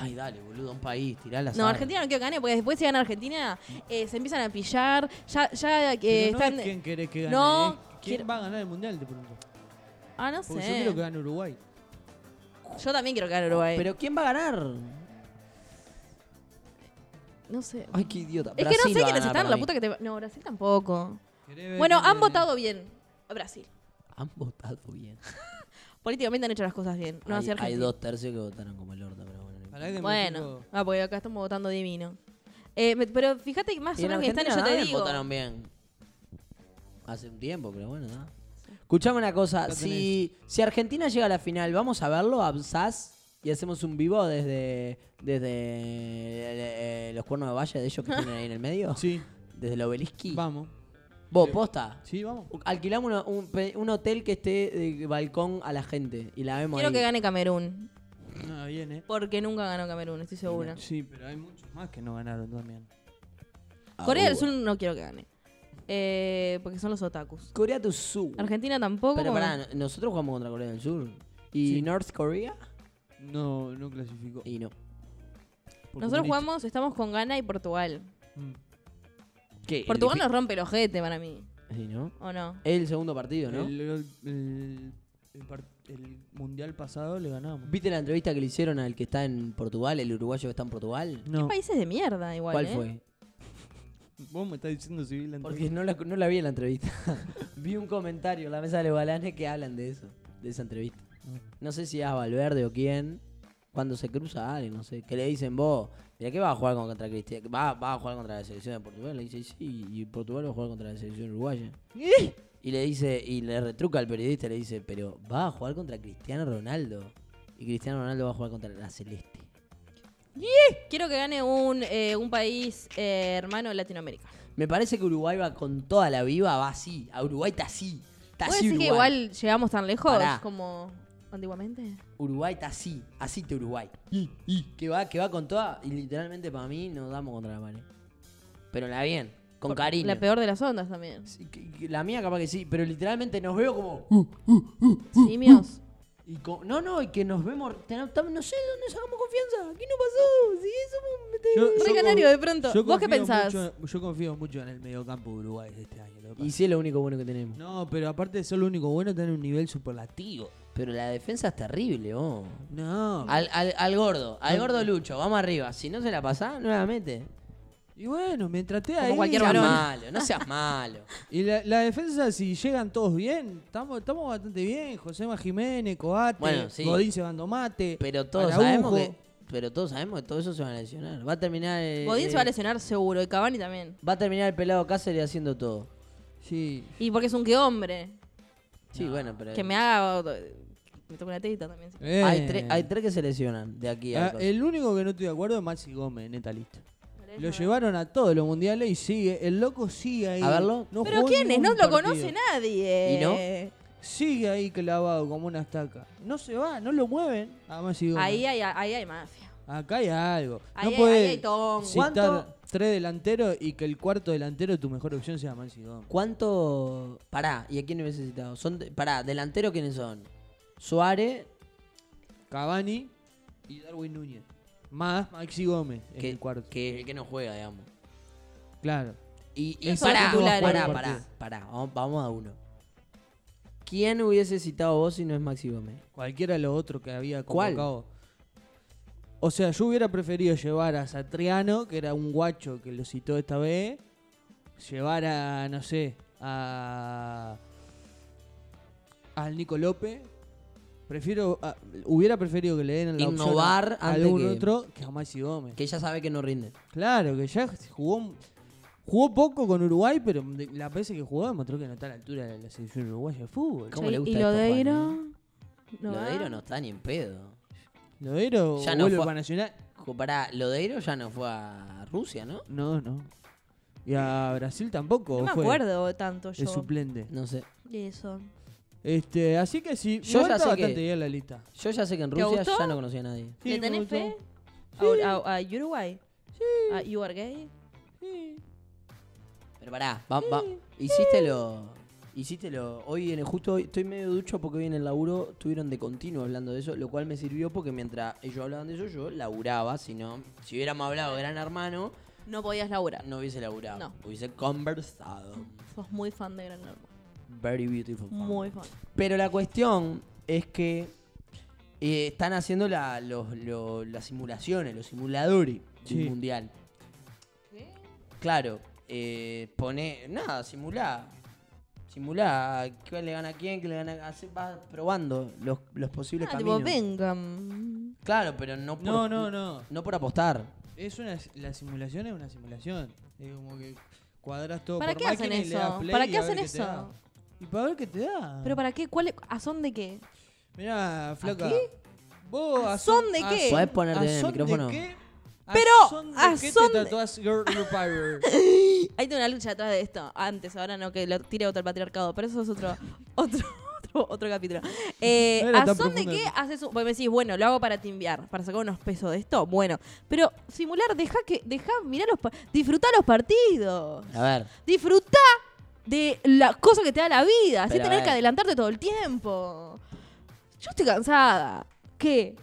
Ay, dale, boludo, un país, tirá la No, sal. Argentina no quiero que gane, porque después si gana Argentina eh, se empiezan a pillar, ya, ya eh, Pero no están... es quién querés que gane. No, es ¿Quién quiero- va a ganar el mundial? Te pregunto. Ah, no Porque yo quiero que sé. gane Uruguay. Yo también quiero que gane Uruguay. Pero ¿quién va a ganar? no sé. Ay, qué idiota. Es que no sé quiénes están, la puta que te... No, Brasil tampoco. ¿Querés ver Bueno, quién han es? votado bien. Brasil. Han votado bien. Políticamente han hecho las cosas bien. No hay, hacia hay Argentina. dos tercios que votaron como el orto, pero bueno. no importa. Pará que me Bueno, fijo. ah, porque acá estamos votando divino. Eh, me- pero fíjate que más o Y en menos que están, Argentina yo te también digo. votaron bien. Hace un tiempo, pero bueno, nada. Escuchame una cosa. Lo Si, si Argentina llega a la final, ¿vamos a verlo a SAS? Y hacemos un vivo desde, desde eh, eh, los cuernos de valle de ellos que tienen ahí en el medio. Sí, Desde el obelisqui. vamos. Vos, posta. Sí, vamos. Alquilamos una- un, pe- un hotel que esté de balcón a la gente y la vemos Quiero ahí. que gane Camerún. No, bien, eh. Porque nunca ganó Camerún, estoy segura. Sí, pero hay muchos más que no ganaron también. Ah, Corea uh. del Sur no quiero que gane. Eh, porque son los otakus. Corea del Sur. Argentina tampoco. Pero pará, no- nosotros jugamos contra Corea del Sur. ¿Y Sí. North Korea? No, no clasificó. Y no. Por Nosotros comunista. jugamos, estamos con Ghana y Portugal. Mm. ¿Qué? El Portugal difi- nos rompe el ojete para mí. Sí, ¿no? ¿O no? El segundo partido, ¿no? El, el- el- el par- el mundial pasado le ganamos. ¿Viste la entrevista que le hicieron al que está en Portugal, el uruguayo que está en Portugal? No, Países de mierda igual. ¿Cuál ¿eh? fue? vos me estás diciendo civil la Porque no la, no la vi en la entrevista. vi un comentario en la mesa de los galanes que hablan de eso, de esa entrevista. No sé si es a Valverde o quién. Cuando se cruza a alguien, no sé, que le dicen vos, mira que vas a jugar contra Cristiano, va, va a jugar contra la selección de Portugal, le dice, sí, y Portugal va a jugar contra la selección uruguaya. Y le dice, y le retruca al periodista, le dice, pero va a jugar contra Cristiano Ronaldo. Y Cristiano Ronaldo va a jugar contra la Celeste. Quiero que gane un, eh, un país eh, hermano de Latinoamérica. Me parece que Uruguay va con toda la viva, va así. A Uruguay está así. Está ¿Puede así decir Uruguay. que igual llegamos tan lejos Pará. como antiguamente? Uruguay está así. Así está Uruguay. Y, y, Que va, que va con toda. Y literalmente para mí nos damos contra la pared. Pero la bien. Con cariño. La peor de las ondas también. Sí, que- que La mía capaz que sí, pero literalmente nos veo como... Uh. Simios. Y co- no, no, y que nos vemos... ten- tam- No sé de dónde sacamos confianza. ¿Qué nos pasó? Sí, somos... te- Re canario, de pronto. ¿Vos qué pensás? yo confío mucho en el mediocampo de Uruguay de este año. lo que Y pasa. sí es lo único bueno que tenemos. No, pero aparte de ser lo único bueno, tener un nivel superlativo. Pero la defensa es terrible, vos. No. Ah. Al, al- al gordo, al gordo Lucho, vamos arriba. Si no se la pasás, no la mete. Y bueno, mientras te Como ahí... cualquier No seas varón. malo, no seas malo. Y la, la defensa, si llegan todos bien, estamos estamos bastante bien. Josema Jiménez, Coate, Bueno, sí. Godín se bandomate. Pero todos Araujo. sabemos que. Pero todos sabemos que todo eso se va a lesionar. Va a terminar el. eh, Godín se va a lesionar seguro y Cavani también. va a terminar el pelado Cáceres haciendo todo. Sí. Y porque es un que hombre. Sí, bueno, pero. Que me haga. Me toque una teta también. sí. Hay Eh. tres, hay tres que se lesionan de aquí a. Ah, el único que no estoy de acuerdo es Maxi Gómez, neta lista. Lo Pero llevaron a todos los mundiales y sigue, el loco sigue ahí. A verlo. No jugó ¿quién es? ningún No lo partido. conoce nadie. ¿Y no? Sigue ahí clavado como una estaca. No se va, no lo mueven. A Maxi Gómez. Ahí hay, ahí hay mafia. Acá hay algo. Ahí, no hay, podés ahí hay tongo. citar ¿Cuánto? tres delanteros y que el cuarto delantero tu mejor opción sea Maxi Gómez. ¿Cuánto. Pará, ¿y a quién hubiese citado? Son de- Pará, delantero quiénes son? Suárez, Cavani y Darwin Núñez. Más Maxi Gómez en que el cuarto. que es el que no juega, digamos. Claro. Y, y ¿Quiénes son pará, los titulares? pará, Buen pará, partido. pará, vamos, vamos a uno. ¿Quién hubiese citado vos si no es Maxi Gómez? Cualquiera de los otros que había ¿Cuál? convocado. O sea, yo hubiera preferido llevar a Satriano, que era un guacho que lo citó esta vez. Llevar a, no sé, a. Al Nico López. Prefiero. a- hubiera preferido que le den la opción Innovar a, a antes algún que- otro que a Maxi Gómez. Que ya sabe que no rinde. Claro, que ya jugó. Jugó poco con Uruguay, pero de- la veces que jugó demostró que no está a la altura de la selección uruguaya de fútbol. ¿Cómo le gusta ¿Y esto, Lodeiro? ¿No va? Lodeiro no está ni en pedo. Lodeiro Ya no vuelve fue- para Nacional. Jo, Pará, Lodeiro ya no fue a Rusia, ¿no? No, no. Y a Brasil tampoco. No me fue acuerdo tanto De yo. suplente. No sé. Y eso. Este, así que sí, Yo igual ya está sé bastante que- bien la lista. Yo ya sé que en ¿Te Rusia gustó? ya no conocía a nadie. Sí, ¿Le me tenés gustó. fe? A, a- a Uruguay. A You Are Gay. Pero pará, va- va- hiciste lo. Hiciste lo. Hoy en el- justo hoy- estoy medio ducho porque hoy en el laburo estuvieron de continuo hablando de eso, lo cual me sirvió porque mientras ellos hablaban de eso, yo laburaba. Si no, si hubiéramos hablado de gran hermano, No podías laburar. no hubiese laburado. No. Hubiese conversado. Sos muy fan de Gran Hermano. Very beautiful. family. Muy fan. Pero la cuestión es que eh, están haciendo la- los- lo- las simulaciones, los simuladores Sí. del mundial. Claro, eh, pone. Nada, simulá. Simulá. ¿Quién le gana a quién? ¿Quién le gana a hace- Vas probando los, los posibles Ah, tipo, caminos. vengan. Claro, pero no por, No, no, no. no por apostar. Es una, la simulación es una simulación. Es como que cuadras todo ¿Para por qué hacen máquina y le das eso? play ¿Para y qué a ver hacen te da. eso? Y para ver qué te da. Ah. ¿Pero para qué? ¿Cuál, es- ¿A son de qué? Mirá, flaca. qué? ¿Vos ¿A a son de a qué? ¿Podés ponerte a en el son micrófono? De qué? ¿A Pero, son de ¿a qué son te de- tatuás Girl Repair? Hay una lucha atrás de esto. Antes, ahora no, que lo tire otro el patriarcado. Pero eso es otro, otro, otro, otro capítulo. Eh, No era ¿A tan son de profundo qué esto. haces un.? Vos me decís, bueno, lo hago para timbiar, para sacar unos pesos de esto. Bueno, pero simular, deja que. Deja, mirá los. Disfrutar los partidos. A ver. Disfruta de las cosas que te da la vida, así Pero, a tener que ver. adelantarte todo el tiempo. Yo estoy cansada. ¿Qué?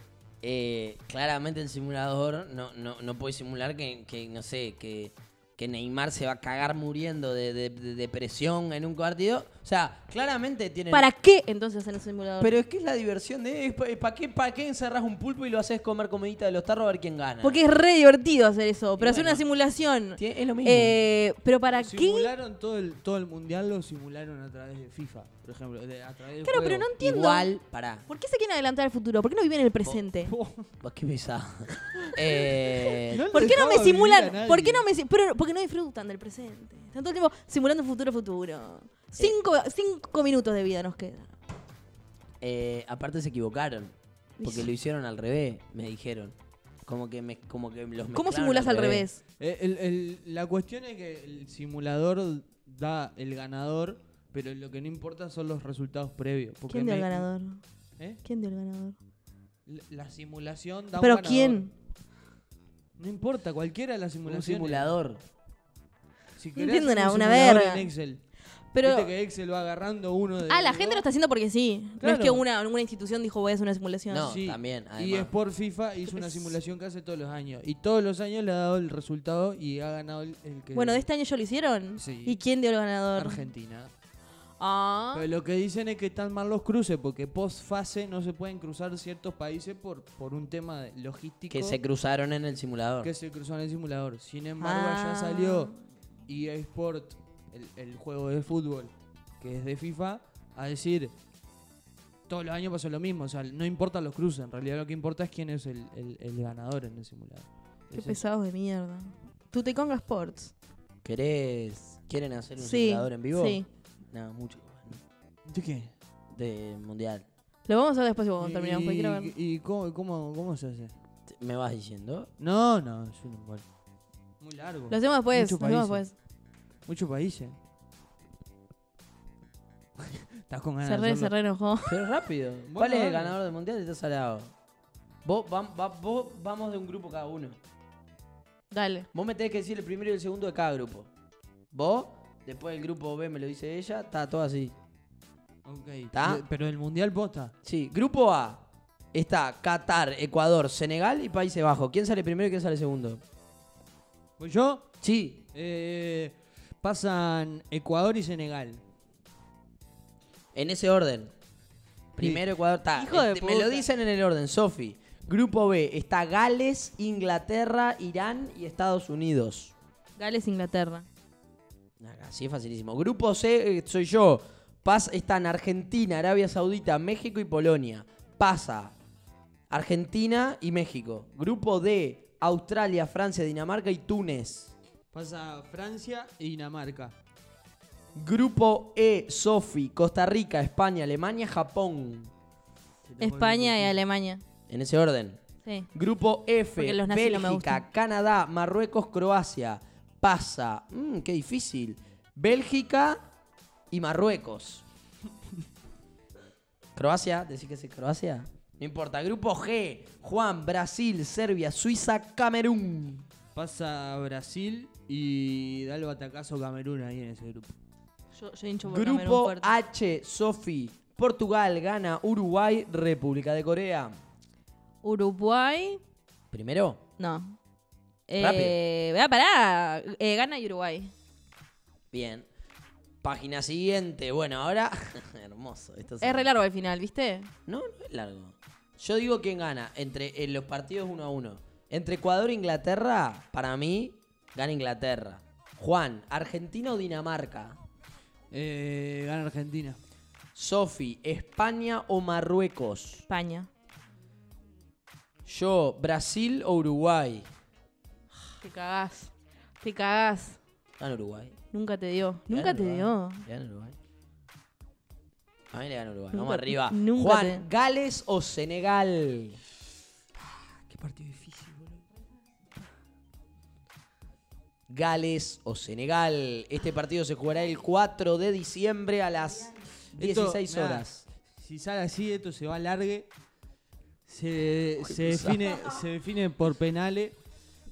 eh, claramente el simulador no, no, no puede simular que, que, no sé, que, que Neymar se va a cagar muriendo de, de- de depresión en un partido. O sea, claramente tiene... ¿Para qué entonces hacen el simulador? Pero es que es la diversión de... ¿Para qué, pa' qué encerrás un pulpo y lo haces comer comidita de los tarros a ver quién gana? Porque es re divertido hacer eso, Y pero hacer bueno, una simulación. Tie- es lo mismo. Eh, pero para qué? Simularon todo el, todo el mundial, lo simularon a través de FIFA, por ejemplo. de- a través del Claro, pero juego. no entiendo. Igual, pará. ¿Por qué se quieren adelantar al futuro? ¿Por qué no viven en el presente? Oh, Vos qué pesado. Eh, No le ¿Por qué no oh, dejaba me vivir a simulan? nadie. ¿Por qué no me si- pero porque no disfrutan del presente. Están todo el tiempo simulando futuro futuro. Cinco, cinco minutos de vida nos queda. eh, aparte se equivocaron. Porque lo hicieron al revés, me dijeron. Como que, me, como que los ¿Cómo mezclaron simulás al revés? Eh, el- el- la cuestión es que el simulador da el ganador, pero lo que no importa son los resultados previos. porque ¿Quién dio el me- ganador? ¿Eh? ¿Quién dio el ganador? La- La simulación da un ¿Pero ganador. quién? No importa, cualquiera de las Un simulaciones. simulador. Si No querés, entiendo un una- una simulador verga. en Excel. Viste Pero. que Excel va agarrando uno de Ah, la los gente lo dos. está haciendo porque sí. No es que Claro. una, alguna institución dijo voy a hacer una simulación. No, también, Y además. es por FIFA hizo una simulación que hace todos los años. Y todos los años le ha dado el resultado y ha ganado el, el que. Bueno, de este año ya lo hicieron. Sí. ¿Y quién dio el ganador? Argentina. Ah. Pero lo que dicen es que están mal los cruces, porque post fase no se pueden cruzar ciertos países por, por un tema de logístico Que se cruzaron en el simulador. que se cruzó en el simulador. Sin embargo, Ah. allá salió EA Sport, el, el juego de fútbol que es de FIFA, a decir todos los años pasó lo mismo. O sea, no importan los cruces, en realidad lo que importa es quién es el, el- el ganador en el simulador. Qué Es eso. pesados de mierda. Tuteconga Sports. ¿Querés, ¿Quieren hacer un Sí. simulador en vivo? Sí. No, mucho. ¿De qué? De mundial. Lo vamos a hacer después cuando terminamos, ¿Y, porque quiero ver. y cómo, cómo- cómo se hace? Te- ¿Me vas diciendo? No, no, es un igual. Muy largo. Lo hacemos después, Muchos lo hacemos países. después. Muchos países. Estás con ganas Se de re, se hacerlo. re enojó. Pero rápido. Bueno, ¿Cuál es dale. el ganador del mundial? Estás al lado. Vos, vam- va- vos vamos de un grupo cada uno. Dale. Vos me tenés que decir el primero y el segundo de cada grupo. Vos, después el grupo B me lo dice ella, está todo así. Ok. ¿Está? de- Pero el mundial posta. Sí, grupo A. Está Qatar, Ecuador, Senegal y Países Bajos. ¿Quién sale primero y quién sale segundo? Pues yo, Sí. eh, pasan Ecuador y Senegal. En ese orden. Primero Ecuador está. Hijo de este, me lo puta. dicen en el orden, Sofi. Grupo B está Gales, Inglaterra, Irán y Estados Unidos. Gales, Inglaterra. Así es facilísimo. Grupo C eh, soy yo. Pas, están Argentina, Arabia Saudita, México y Polonia. Pasa Argentina y México. Grupo D, Australia, Francia, Dinamarca y Túnez. Pasa Francia y Dinamarca. Grupo E, Sofi, Costa Rica, España, Alemania, Japón. España y Alemania. En ese orden. Sí. Grupo F, Porque los nazis no me Bélgica, gustan. Canadá, Marruecos, Croacia. Pasa. Mm, qué difícil. Bélgica y Marruecos. Croacia, decís que es Croacia. No importa. Grupo G, Juan, Brasil, Serbia, Suiza, Camerún. Pasa Brasil y da el batacazo Camerún ahí en ese grupo. Yo, yo hincho por Camerún Grupo fuerte. H, Sofi. Portugal, Ghana, Uruguay, República de Corea. Uruguay. Primero, No. Eh, vea, pará. Eh, Gana y Uruguay. bien. Página siguiente. Bueno, ahora. Hermoso. Esto Es re largo al final, ¿viste? No, no es largo. Yo digo quién gana entre en los partidos uno a uno. Entre Ecuador e Inglaterra, para mí, gana Inglaterra. Juan, Argentina o Dinamarca. Eh, gana Argentina. Sofi, España o Marruecos. España. Yo, Brasil o Uruguay. Te cagás. Te cagás. Gana Uruguay. Nunca te dio. Gana Nunca te ¿eh? Uruguay. dio. Gana Uruguay. A mí le gana Uruguay. Vamos Nunca- arriba. nunca Juan, te- Gales o Senegal. Ah, Qué partido difícil, boludo. Gales o Senegal. Este partido se jugará el 4 de diciembre a las Esto, 16 mirá, horas. Si sale así, esto se va largue. Se, se define, se define por penales.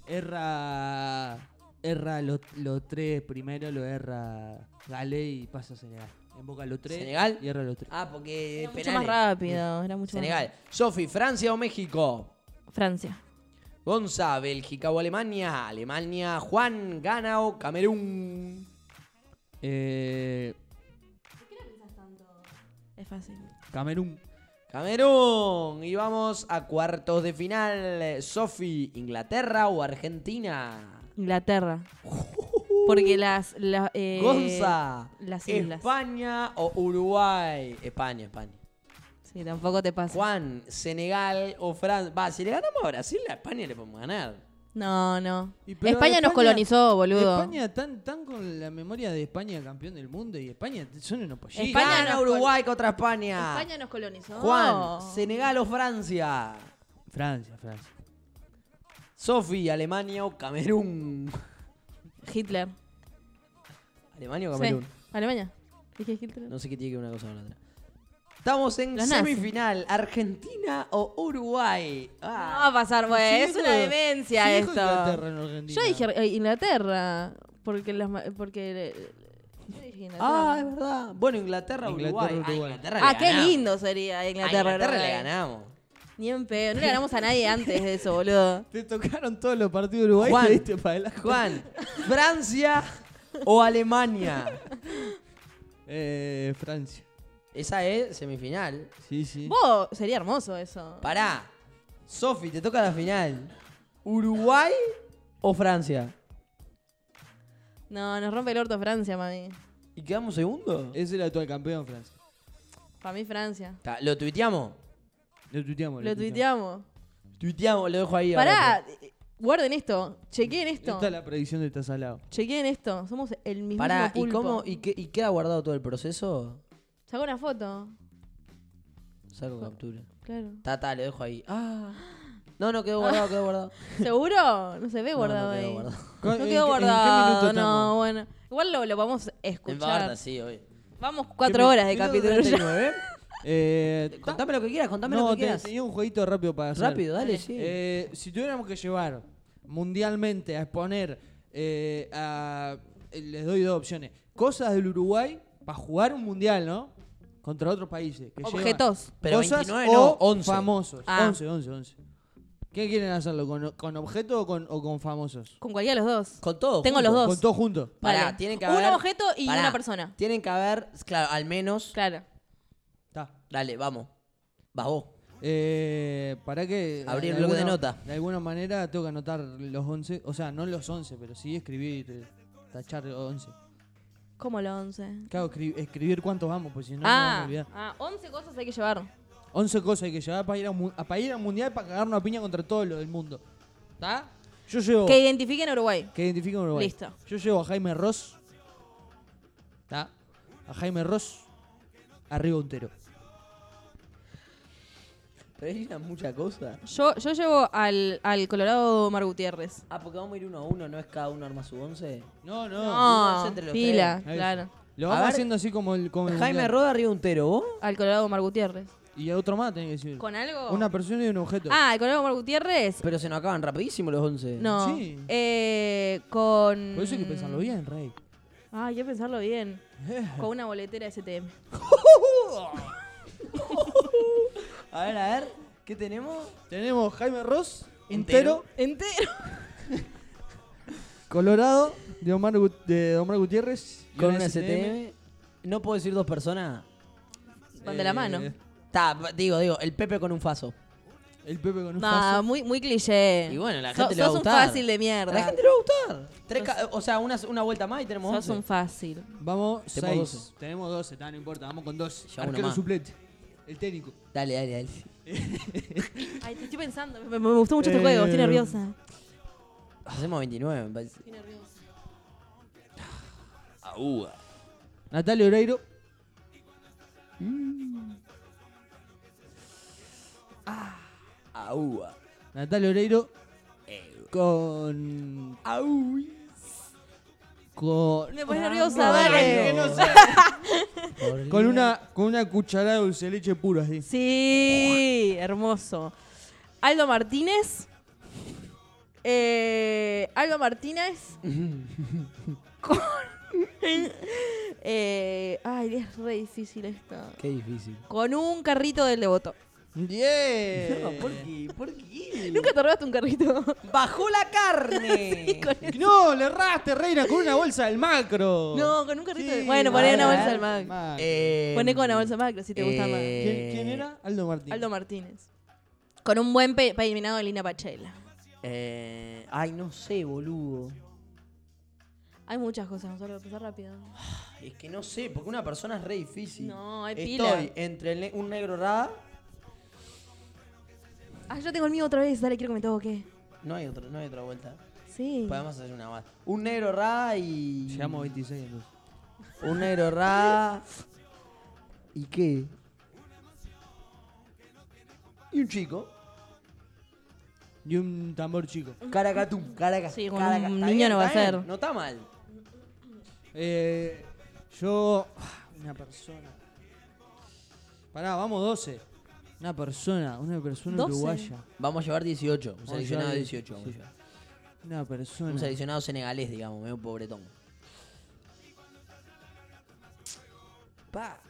Erra. Erra los los tres primero, lo erra Gale y pasa a Senegal. Invoca los tres ¿Senegal? y erra los tres. Ah, porque Era mucho penales. más rápido. Era mucho más Senegal. Sofi, Francia o México. rápido. Francia. Gonza, Bélgica o Alemania. Alemania, Juan, Ghana o Camerún. Eh, Es fácil. Camerún. Camerún. Y vamos a cuartos de final. Sofi, Inglaterra o Argentina. Inglaterra. Porque las. las eh, Gonza, Las islas. España o Uruguay. España, España. Sí, tampoco te pasa. Juan, Senegal o Francia. Va, si le ganamos a Brasil, a España le podemos ganar. No, no. Y pero España, nos España- colonizó, boludo. España, España, tan, tan con la memoria de España campeón del mundo y España son unos pollitos. España Gana nos Uruguay contra España. nos colonizó. Juan, Oh. Senegal o Francia. Francia, Francia. Sofi, Alemania o Camerún. Hitler. Alemania o Sí. Camerún. Alemania. Dije Hitler. No sé qué tiene que ver una cosa con la otra. Estamos en Los nazis. semifinal, Argentina o Uruguay. No va Ah, a pasar, güey. Sí, Es una dijo- demencia sí, dijo esto. Inglaterra en Argentina. Yo dije eh, Inglaterra. Porque las. ma- Porque. Yo dije Ah, Inglaterra. es verdad. Bueno, Inglaterra o Inglaterra, Uruguay. Ah, Uruguay. Inglaterra le Ah, qué ganamos. lindo sería A Inglaterra. Inglaterra, le Uruguay. ganamos. Ni en pedo. No le ganamos a nadie antes de eso, boludo. Te tocaron todos los partidos de Uruguay Juan. y te diste para adelante. Juan, Francia o Alemania. Eh, Francia. Esa es semifinal. Sí, sí. Vos, sería hermoso eso. Pará. Sofi, te toca la final. ¿Uruguay o Francia? No, nos rompe el orto Francia, mami. ¿Y quedamos segundo? Es el actual campeón, Francia. Para mí, Francia. Ta, ¿Lo tuiteamos? Lo tuiteamos. Lo tuiteamos. Tuiteamos, lo dejo ahí. ahora. Pará, eh, guarden esto. Chequeen esto. Esta es la predicción de Tazalao. Chequeen esto. Somos el mismo Pará, ¿y, pulpo. cómo, y, qué- y queda guardado todo el proceso? Saca una foto. Saco captura. Claro. Ta, ta, lo dejo ahí. Ah. No, no, quedó guardado, quedó guardado. ¿Seguro? No se ve No, guardado no, quedó ahí. guardado. ¿En No qué- quedó ¿En qué guardado. minuto no, estamos? bueno. Igual lo, lo vamos a En escuchar. Barda, sí, hoy. Vamos cuatro horas de Minuto capítulo ya. 39. Eh, ta- Contame lo que quieras, contame no, lo que te- quieras. tenía un jueguito rápido para hacer. Rápido, dale, sí. Eh, si tuviéramos que llevar mundialmente a exponer eh, a- eh, les doy dos opciones. Cosas del Uruguay para jugar un mundial, ¿no? Contra otros países. que llevan Objetos. Pero cosas 29 o no, 11. famosos. Ah. 11, 11, 11. ¿Qué quieren hacerlo? ¿Con, con objeto o con, o con famosos? Con cualquiera de los dos. Con todo. Tengo junto. los dos. Con todos juntos. Pará, Dale. tienen que Un haber. objeto y Pará, una persona. Tienen que haber, claro, al menos. Claro. Está. Dale, vamos. Vas vos. Eh, para que. Abrir de bloque de alguna- nota. De alguna manera tengo que anotar los 11. O sea, no los 11, pero sí escribir. eh, Tachar 11. ¿Cómo lo once? Claro, escri- escribir cuántos vamos, pues si no, no vamos a ah, olvidar. ah, once cosas hay que llevar. 11 cosas hay que llevar para ir a, un mu- a- para ir a un mundial para cagar una piña contra todo lo del mundo. ¿Está? Yo Oh. llevo. Que identifiquen a Uruguay. Que identifica a Uruguay. Listo. Yo llevo a Jaime Ross. ¿Está? A Jaime Ross. Arriba Untero. Pero muchas cosas. Yo, yo llevo al, al Colorado Mar Gutiérrez. Ah, porque vamos a ir uno a uno, no es cada uno arma su once. No, no. No, once entre los Ah, pila, tres. Ahí claro. Lo A vamos ver. haciendo así como el. Como el Jaime mundial. Roda arriba un tero, ¿vos? Al Colorado Mar Gutiérrez. Y a otro más tenés que decir. ¿Con algo? Una persona y un objeto. ah, al Colorado Mar Gutiérrez. Pero se nos acaban rapidísimo los once. No. Sí. Eh, con. Por eso hay que pensarlo bien, Rey. Ah, hay que pensarlo bien. Con una boletera STM. A ver, a ver, ¿qué tenemos? Tenemos Jaime Ross, entero, Entero. Entero. Colorado, de Omar, Gut- de Omar Gutiérrez. Con un guión STM. No puedo decir dos personas. Van de la mano. Eh, Ta, digo, digo, el Pepe con un faso. El Pepe con un No, faso. muy, muy cliché. Y bueno, la So- gente le va a sos gustar. un fácil de mierda. La gente le va a gustar. Tres ca- o sea, una, una vuelta más y tenemos Sos 11. un fácil. Vamos, Tenemos 6. Tenemos 12, está, no importa, vamos con 12. Ya uno Arquero más. suplente. El técnico. Dale, dale, dale. Ay, te estoy pensando. Me, me- me gustó mucho este Eh, juego. Estoy nerviosa. Hacemos 29, me parece. Estoy nerviosa. Natalia Oreiro. Aúa. Natalia Oreiro. Con. Con. Me pones nerviosa, No, dale. que no sé. Con una, con una cucharada de dulce de leche pura, así. Sí, hermoso. Aldo Martínez. Eh, Aldo Martínez. con. Eh, ay, es re difícil esto. Qué difícil. Con un carrito del devoto. Eh. ¡Bien! No, qué? ¿Por qué? ¿Nunca te robaste un carrito? ¡Bajó la carne! le erraste, reina, con una bolsa del macro. No, con un carrito de. Sí, Bueno, poné a una ver, bolsa del Mac. eh, Poné con una bolsa del Mac, si te gusta más. eh, ¿Quién, quién era? Aldo Martín. Aldo Martínez. Con un buen pe- peinado de Lina Pachela. Eh, ay, no sé, boludo. Hay muchas cosas, vamos a pensar rápido. Es que no sé, porque una persona es re difícil. No, hay pila. Estoy entre el ne- un negro rada. Ah, yo tengo el mío otra vez, dale, quiero que me toque. No hay, otro, no hay otra vuelta. Sí. Podemos hacer una más. Un negro rada y. Llegamos a 26 entonces. Un negro rada. ¿Y qué? Y un chico. Y un tambor chico. Caracatum, caracas. Sí, con un niño no va a ser. No está mal. Eh, yo. ah, Una persona. Pará, vamos, 12. Una persona, una persona 12. uruguaya. Vamos a llevar 18. Un a seleccionado llevar 18. vamos a sí. llevar. Una persona. Un seleccionado senegalés, digamos, medio pobretón. Pa.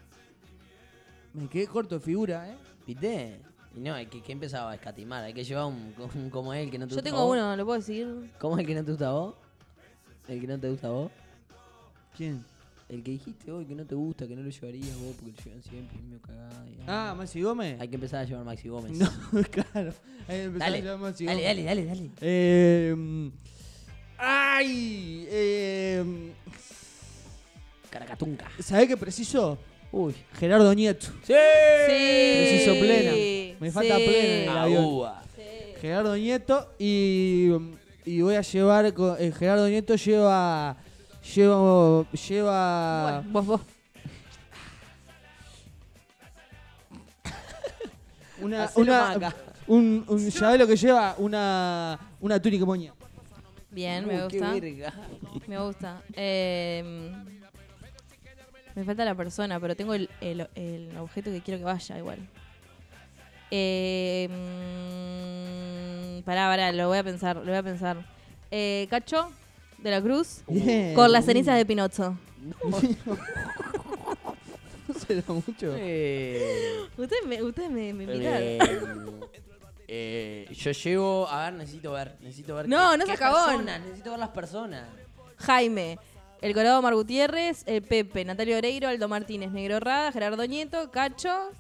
Me quedé corto de figura, ¿eh? ¿Viste? Y no, hay que, que empezaba a escatimar. Hay que llevar un, un como él que no te Yo gusta a tengo vos. uno, ¿lo puedo decir? ¿Cómo es el que no te gusta a vos? ¿El que no te gusta a vos? ¿Quién? El que dijiste hoy que no te gusta, que no lo llevarías vos porque lo llevan siempre, es medio cagada. y- Ah, Maxi Gómez. Hay que empezar a llevar Maxi Gómez. No, claro. Ahí empezó Dale, a llamar Maxi Dale, Gómez. dale, dale, dale. Eh, mm, ay, eh, Caracatunca. ¿sabés qué preciso? Uy. Gerardo Nieto. Sí. Ah, Preciso plena. Me falta plena en el avión. Aúa. Gerardo Nieto y, y voy a llevar co- eh, Gerardo Nieto lleva lleva lleva Bueno, vos, vos. una, hacelo una maca. un, un ¿sabés lo que lleva una una túnica moña. Bien, me Uh, qué gusta. verga. Me gusta. Eh, me falta la persona, pero tengo el, el- el objeto que quiero que vaya igual. Eh, mm, pará, pará, lo voy a pensar, lo voy a pensar. Eh, Cacho de la Cruz Bien. con las cenizas de Pinocho. No será mucho. Eh, Ustedes me, ustedes me, me miraron. eh, eh, yo llevo. A ver, necesito ver. Necesito ver. No, qué- no se qué acabó. personas, necesito ver las personas. Jaime, el Colorado Omar Gutiérrez, el Pepe, Natalia Oreiro, Aldo Martínez, Negro Rada, Gerardo Nieto, Cacho.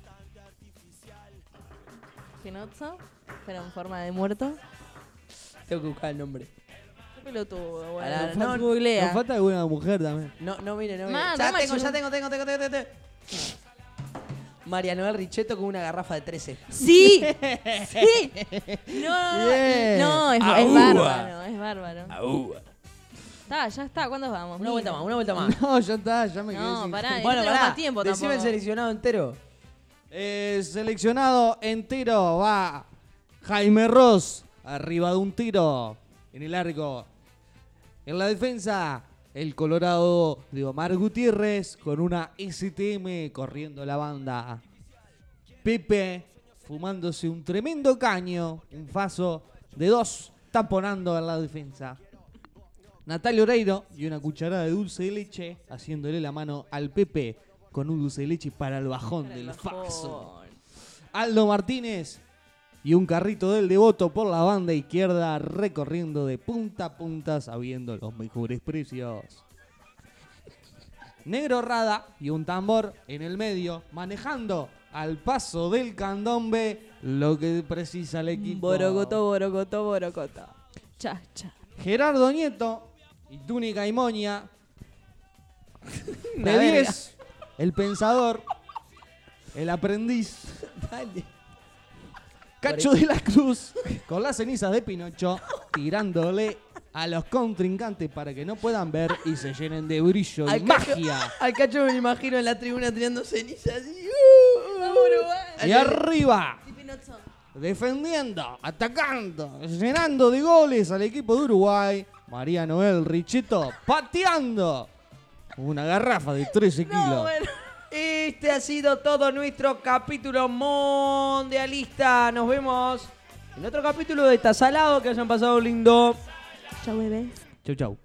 Genozzo, pero en forma de muerto. Tengo que buscar el nombre. Qué pelotudo, boludo. Pará, No, no, googlea. Nos falta alguna mujer también. No, no, mire, no, mire. Ma, ya, dame tengo, ayuda. ya tengo, tengo, tengo, tengo, tengo. María Noel Richetto con una garrafa de 13. Sí, sí. No, Bien. no, es, es Aúa. bárbaro, es bárbaro. Aúa. Está, ya está, ¿cuándo vamos? Una vuelta más, Mira. una vuelta más. No, ya está, ya me quedé No, sin- pará, bueno, no tenemos pará. más tiempo Decime el tampoco. seleccionado entero. Eh, seleccionado entero va Jaime Ross, arriba de un tiro, en el arco. En la defensa, el Colorado de Omar Gutiérrez con una STM corriendo la banda. Pepe fumándose un tremendo caño, un faso de dos, taponando en la defensa. Natalia Oreiro y una cucharada de dulce de leche haciéndole la mano al Pepe con un dulce de leche para el bajón del faso. Aldo Martínez y un carrito del devoto por la banda izquierda recorriendo de punta a punta sabiendo los mejores precios. Negro Rada y un tambor en el medio manejando al paso del candombe lo que precisa el equipo. Borocoto, borocoto, borocoto. Cha, cha. Gerardo Nieto y Túnica y Moña. Una De verga. 10, el pensador, el aprendiz. Cacho de la Cruz con las cenizas de Pinocho tirándole a los contrincantes para que no puedan ver y se llenen de brillo y Al cacho, magia. al cacho me lo imagino en la tribuna tirando cenizas y... uh, Y arriba, Pinocho. defendiendo, atacando, llenando de goles al equipo de Uruguay. María Noel Richeto pateando una garrafa de 13 kilos. No, eh. bueno. Este ha sido todo nuestro capítulo mundialista. Nos vemos en otro capítulo de Tazalado. Que hayan pasado lindo. Chau, bebés. Chau, chau.